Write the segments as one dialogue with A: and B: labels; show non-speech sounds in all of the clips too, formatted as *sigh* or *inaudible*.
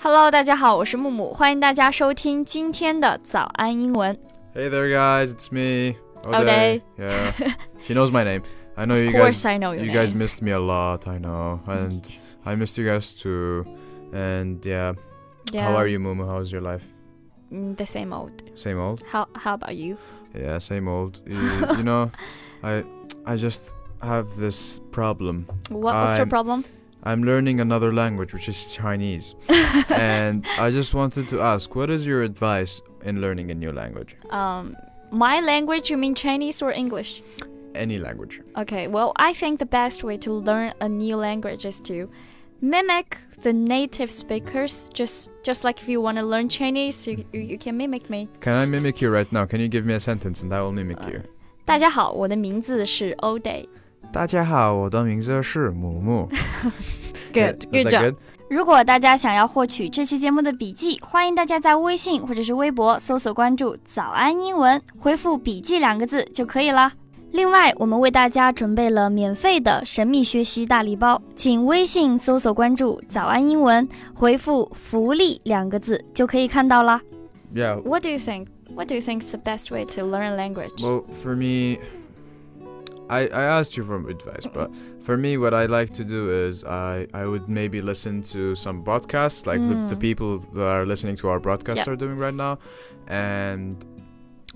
A: Hello，大家好，我是木木，欢迎大家收听今天的早安英文。
B: Hey there, guys. It's me.
A: Oday.
B: Yeah. he knows my name. I know you
A: of course,
B: guys.
A: I know your
B: You
A: name.
B: guys missed me a lot. I know, and I missed you guys too. And yeah,
A: yeah,
B: how are you, Mumu? How's your life?
A: Mm, the same old.
B: Same old.
A: How How about you?
B: Yeah, same *laughs* old. you, you know, I, I just have this problem.
A: What, what's your
B: I'm-
A: problem? *laughs*
B: I'm learning another language, which is Chinese, and I just wanted to ask, what is your advice in learning a new language?
A: um, my language. You mean Chinese or English?
B: Any language.
A: Okay. Well, I think the best way to learn a new language is to mimic the native speakers. Just Just like if you want to learn Chinese, you, you, you can mimic me.
B: Can I mimic you right now? Can you give me a sentence, and I will
A: Uh,
B: mimic you.
A: 大家好，我的名字是 Oday。
B: 大家好，我的名字是母木。
A: *laughs* Good,
B: Yeah, is
A: good
B: that
A: job. 如果大家想要获取这期节目的笔记，欢迎大家在微信或者是微博搜索关注“早安英文”，回复“笔记”两个字就可以啦。另外，我们为大家准备了免费的神秘学习大礼包，请微信搜索关注“早安英文”，回复“福利”两个字就可以看到啦。
B: Yeah.
A: What do you think? What do you think is the best way to learn a language?
B: Well, for me, I I asked you for advice, but for me, what I like to do is I I would maybe listen to some podcasts, like the,
A: Mm.
B: the people that are listening to our broadcast
A: Yeah.
B: are doing right now, and.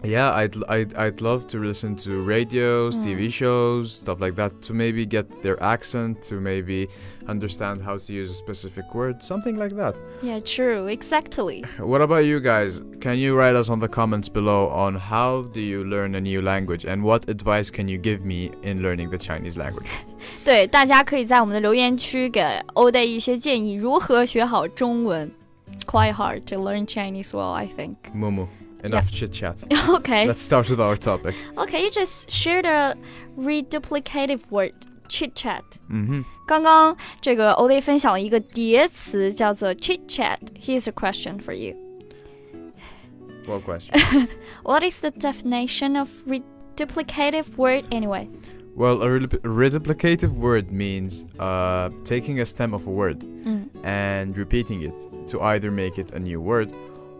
B: Yeah, I'd, l- I'd I'd love to listen to radios,
A: Mm.
B: TV shows, stuff like that to maybe get their accent, to maybe understand how to use a specific word, something like that.
A: yeah, true, exactly.
B: What about you guys? Can you write us on the comments below on how do you learn a new language and what advice can you give me in learning the Chinese language?
A: 对，大家可以在我们的留言区给欧 day 一些建议，如何学好中文。It's quite hard to learn Chinese well, I think. *laughs*
B: Mumu, enough chit chat.
A: Okay,
B: Let's start with our topic.
A: okay, you just share the reduplicative word chit chat.
B: hmm
A: 刚刚这个欧 day 分享了一个叠词，叫做 chit chat. Here's a question for you.
B: What question?
A: What is the definition of reduplicative word anyway?
B: well, a redupl- reduplicative word means uh, taking a stem of a word
A: 嗯
B: and repeating it to either make it a new word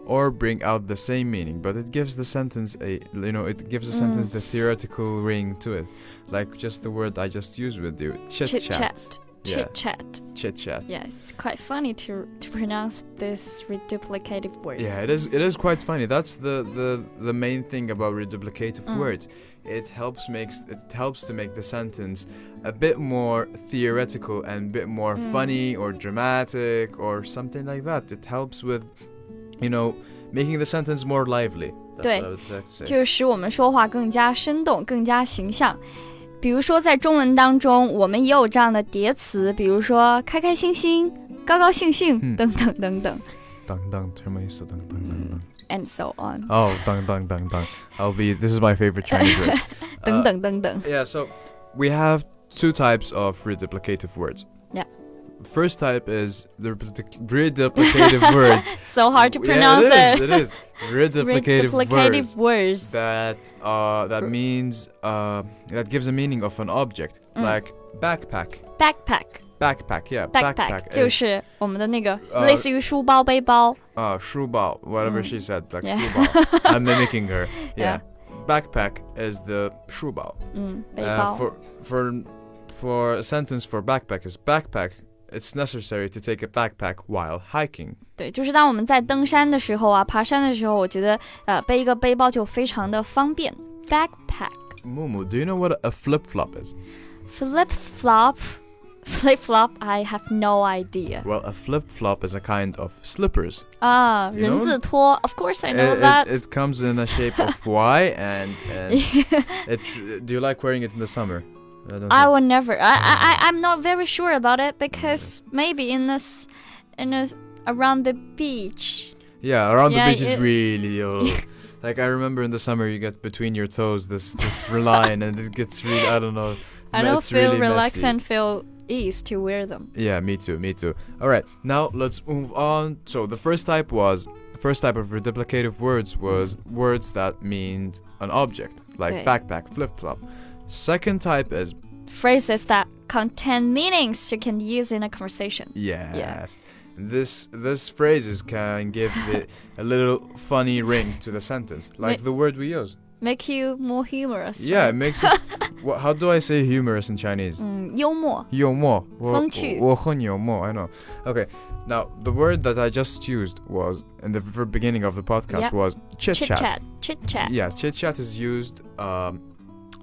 B: or bring out the same meaning but it gives the sentence a you know it gives the
A: Mm.
B: sentence the theoretical ring to it like just the word i just used with you chit
A: ，chit
B: chat
A: chat,
B: Yeah.
A: chit chat.
B: chit chat
A: Yeah, it's quite funny to to pronounce this reduplicative words.
B: yeah it is it is quite funny that's the the the main thing about reduplicative
A: Mm.
B: words it helps makes it helps to make the sentence a bit more theoretical and bit more
A: Mm.
B: funny or dramatic or something like that it helps with you know making the sentence more lively that's
A: Doi.
B: what i would like to say
A: 就是使我们说话更加生动、更加形象。比如说，在中文当中，我们也有这样的叠词，比如说开开心心、高高兴兴
B: 嗯
A: 等等等等
B: Dang, dang, tell me so dang, dang, dang, dang.
A: ，and so on，
B: Oh, dang, dang, dang, dang. I'll be. This is my favorite Chinese word.
A: *laughs* 等
B: Uh,
A: 等等等。
B: Yeah, so we have two types of reduplicative words.
A: Yeah.
B: First type is the reduplic-
A: *laughs*
B: reduplicative words.
A: So hard to pronounce
B: yeah,
A: it.
B: it is. It is reduplicative,
A: Reduplicative
B: words
A: words.
B: that uh, that
A: Re-
B: means uh, that gives a meaning of an object
A: Mm.
B: like backpack.
A: Backpack,
B: Backpack, yeah.
A: backpack 就
B: is
A: 是我们的那个
B: 呃
A: 类似于书包、背包。
B: uh, 书包, whatever
A: Mm.
B: she said, like
A: Yeah.
B: *laughs* 书包. I'm mimicking her.
A: *laughs* Yeah.
B: Yeah. Backpack is the 书包.
A: 嗯，背
B: Uh,
A: 包。
B: for for for a sentence for backpack is backpack. It's necessary to take a backpack while hiking.
A: 对，就是当我们在登山的时候啊，爬山的时候，我觉得呃背一个背包就非常的方便。Backpack。
B: Mumu, do you know what a flip flop is?
A: Flip *laughs* flop, flip flop. I have no idea.
B: Well, a flip flop is a kind of slippers.
A: 啊，
B: You know?
A: 人
B: Eh,
A: 字拖。Of course, I
B: It,
A: know
B: it-
A: that.
B: it comes in a
A: *laughs*
B: shape of Y, and, and it. tr- Do you like wearing it in the summer? I don't
A: I
B: think-
A: will never. I, I, I- I'm not very sure about it because maybe in this, in this around the beach.
B: Yeah, around
A: Yeah,
B: the beach
A: it- *laughs*
B: is really old. like I remember in the summer, you get between your toes this this line, and it gets really. I don't know.
A: I
B: me-
A: don't
B: it's
A: feel
B: really
A: relaxed
B: messy.
A: and feel ease to wear them.
B: Yeah, me too, me too. All right, now let's move on. So the first type was first type of reduplicative words was words that mean an object, like
A: Okay.
B: backpack, flip flop. Second type is
A: Phrases that contain meanings you can use in a conversation.
B: yes. this this phrases can give the, a little funny ring to the sentence, like the word we use.
A: make you more humorous.
B: Yeah, it makes us. wha how do I say humorous in Chinese?
A: 嗯，幽默。
B: 幽默，
A: 风趣。
B: 我我很幽默。I know. Okay, now the word that I just used was in the very beginning of the podcast
A: Yeah.
B: was chit
A: Chit
B: chat.
A: chat, chit chat.
B: Yeah, chit chat is used um,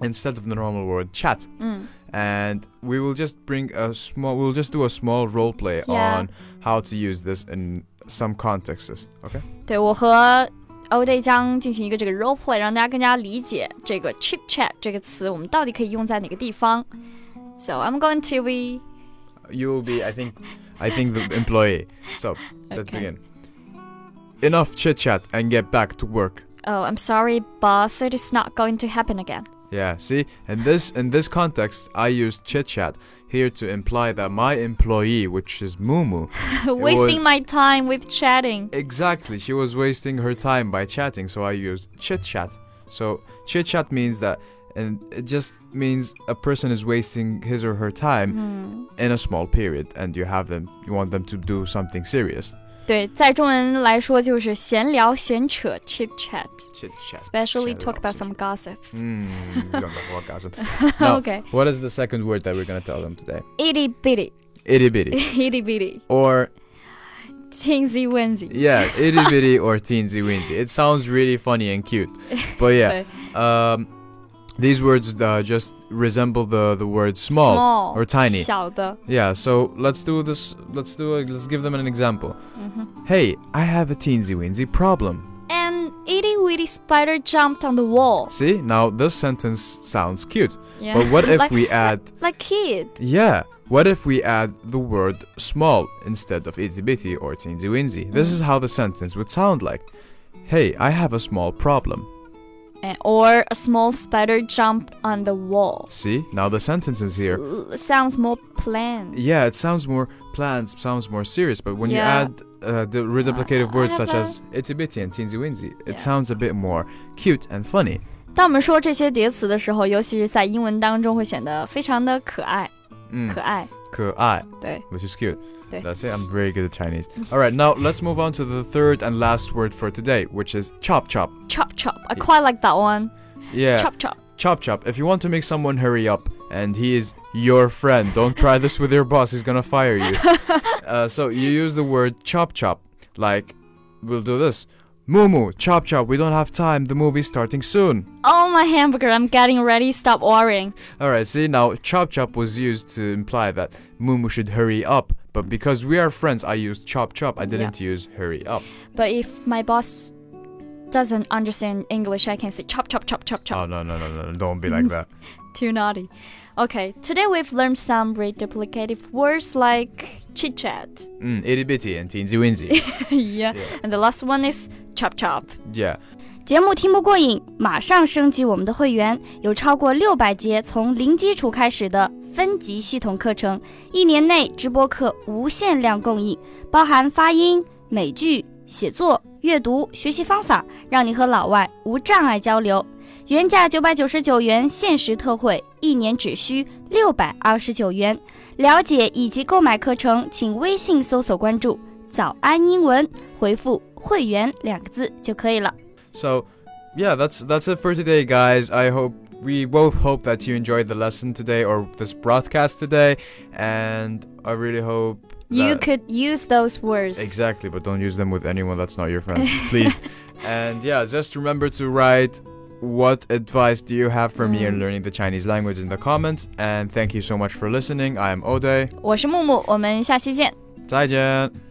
B: instead of the normal word chat,
A: 嗯
B: and we will just bring a small. We'll just do a small role play
A: Yeah.
B: on how to use this in some contexts. Okay.
A: 对我和 o d a 将进行一个这个 role play，让大家更加理解这个 chit chat 这个词，我们到底可以用在哪个地方。So I'm going to be
B: You will be, I think, I think the employee. So let's
A: Okay.
B: begin. Enough chit chat and get back to work.
A: Oh, I'm sorry, boss. It is not going to happen again. *laughs*
B: Yeah, see, in this in this context, I use chit chat here to imply that my employee, which is Mumu,
A: Wasting my time with chatting.
B: exactly, she was wasting her time by chatting, so I used chit chat. So chit chat means that, and it just means a person is wasting his or her time
A: 嗯，
B: in a small period, and you have them, you want them to do something serious.
A: 对，在中文来说就是闲聊、闲扯 （chit chat）。
B: Chit chat.
A: Especially talk about some
B: some.
A: gossip. *laughs*
B: Mm, we don't talk about gossip. Now,
A: okay.
B: What is the second word that we're gonna tell them today?
A: Itty bitty. *laughs*
B: Itty bitty.
A: Itty bitty.
B: Or
A: Teensy winsy. *laughs*
B: Yeah, itty bitty or teensy weensy. It sounds really funny and cute, but
A: *laughs*
B: yeah, um, these words uh, just resemble the the word small,
A: Small.
B: or tiny.
A: 小的。
B: Yeah, so let's do this. Let's do. A, let's give them an example.
A: 嗯哼。
B: Hey, I have a teensy weensy problem.
A: An itty bitty spider jumped on the wall.
B: See, now this sentence sounds cute,
A: Yeah.
B: but
A: *laughs*
B: what if
A: like,
B: we add?
A: like kid?
B: Yeah, what if we add the word small instead of itty bitty or teensy weensy?
A: Mm.
B: This is how the sentence would sound like. Hey, I have a small problem.
A: And- Or a small spider jumped on the wall.
B: See, now the sentence is here.
A: S- sounds more planned.
B: Yeah, it sounds more planned, sounds more serious, but when
A: Yeah.
B: you add uh, the reduplicative
A: Uh,
B: words
A: I
B: such
A: have
B: as itty bitty and teensy weensy,
A: Yeah.
B: it sounds a bit more cute and funny.
A: 当我们说这些叠词的时候，尤其是在英文当中，会显得非常的可爱，
B: Mm.
A: 可爱。
B: 可爱,
A: 对，
B: which is cute.
A: 对。
B: That's it, I'm very good at Chinese. Alright, now let's move on to the third and last word for today, which is chop chop.
A: chop chop. I quite like that one.
B: Yeah,
A: Chop chop.
B: chop chop. If you want to make someone hurry up and he is your friend, don't try this with your boss, he's gonna fire you. Uh, so you use the word chop chop. Like, we'll do this. Mumu, chop chop, we don't have time. The movie's starting soon.
A: oh my hamburger! I'm getting ready. Stop worrying.
B: Alright, see, now chop chop was used to imply that Mumu should hurry up. But because we are friends, I used chop chop. I didn't use hurry up.
A: But if my boss doesn't understand English, I can say chop chop chop chop chop.
B: Oh, no, no, no, no, no. Don't be like that.
A: Too naughty. Okay, today we've learned some reduplicative words like chit chat.
B: Mm, itty bitty and teensy weensy.
A: *laughs* yeah.
B: Yeah.
A: And the last one is chop chop.
B: Yeah.
A: 节目听不过瘾，马上升级我们的会员，有超过六百节从零基础开始的分级系统课程，一年内直播课无限量供应，包含发音、美剧、写作、阅读、学习方法，让你和老外无障碍交流。原价九百九十九元，限时特惠，一年只需六百二十九元。了解以及购买课程，请微信搜索关注“早安英文”，回复“会员”两个字就可以了。
B: So, yeah, that's that's it for today, guys. I hope we both hope that you enjoyed the lesson today or this broadcast today, and I really hope
A: You
B: that-
A: could use those words.
B: exactly. But don't use them with anyone that's not
A: *laughs*
B: your friend, please. and yeah, just remember to write. What advice do you have for me in
A: Mm.
B: learning the Chinese language in the comments? And thank you so much for listening. I am Ode.
A: 我是木木，我们下期见。
B: 再见。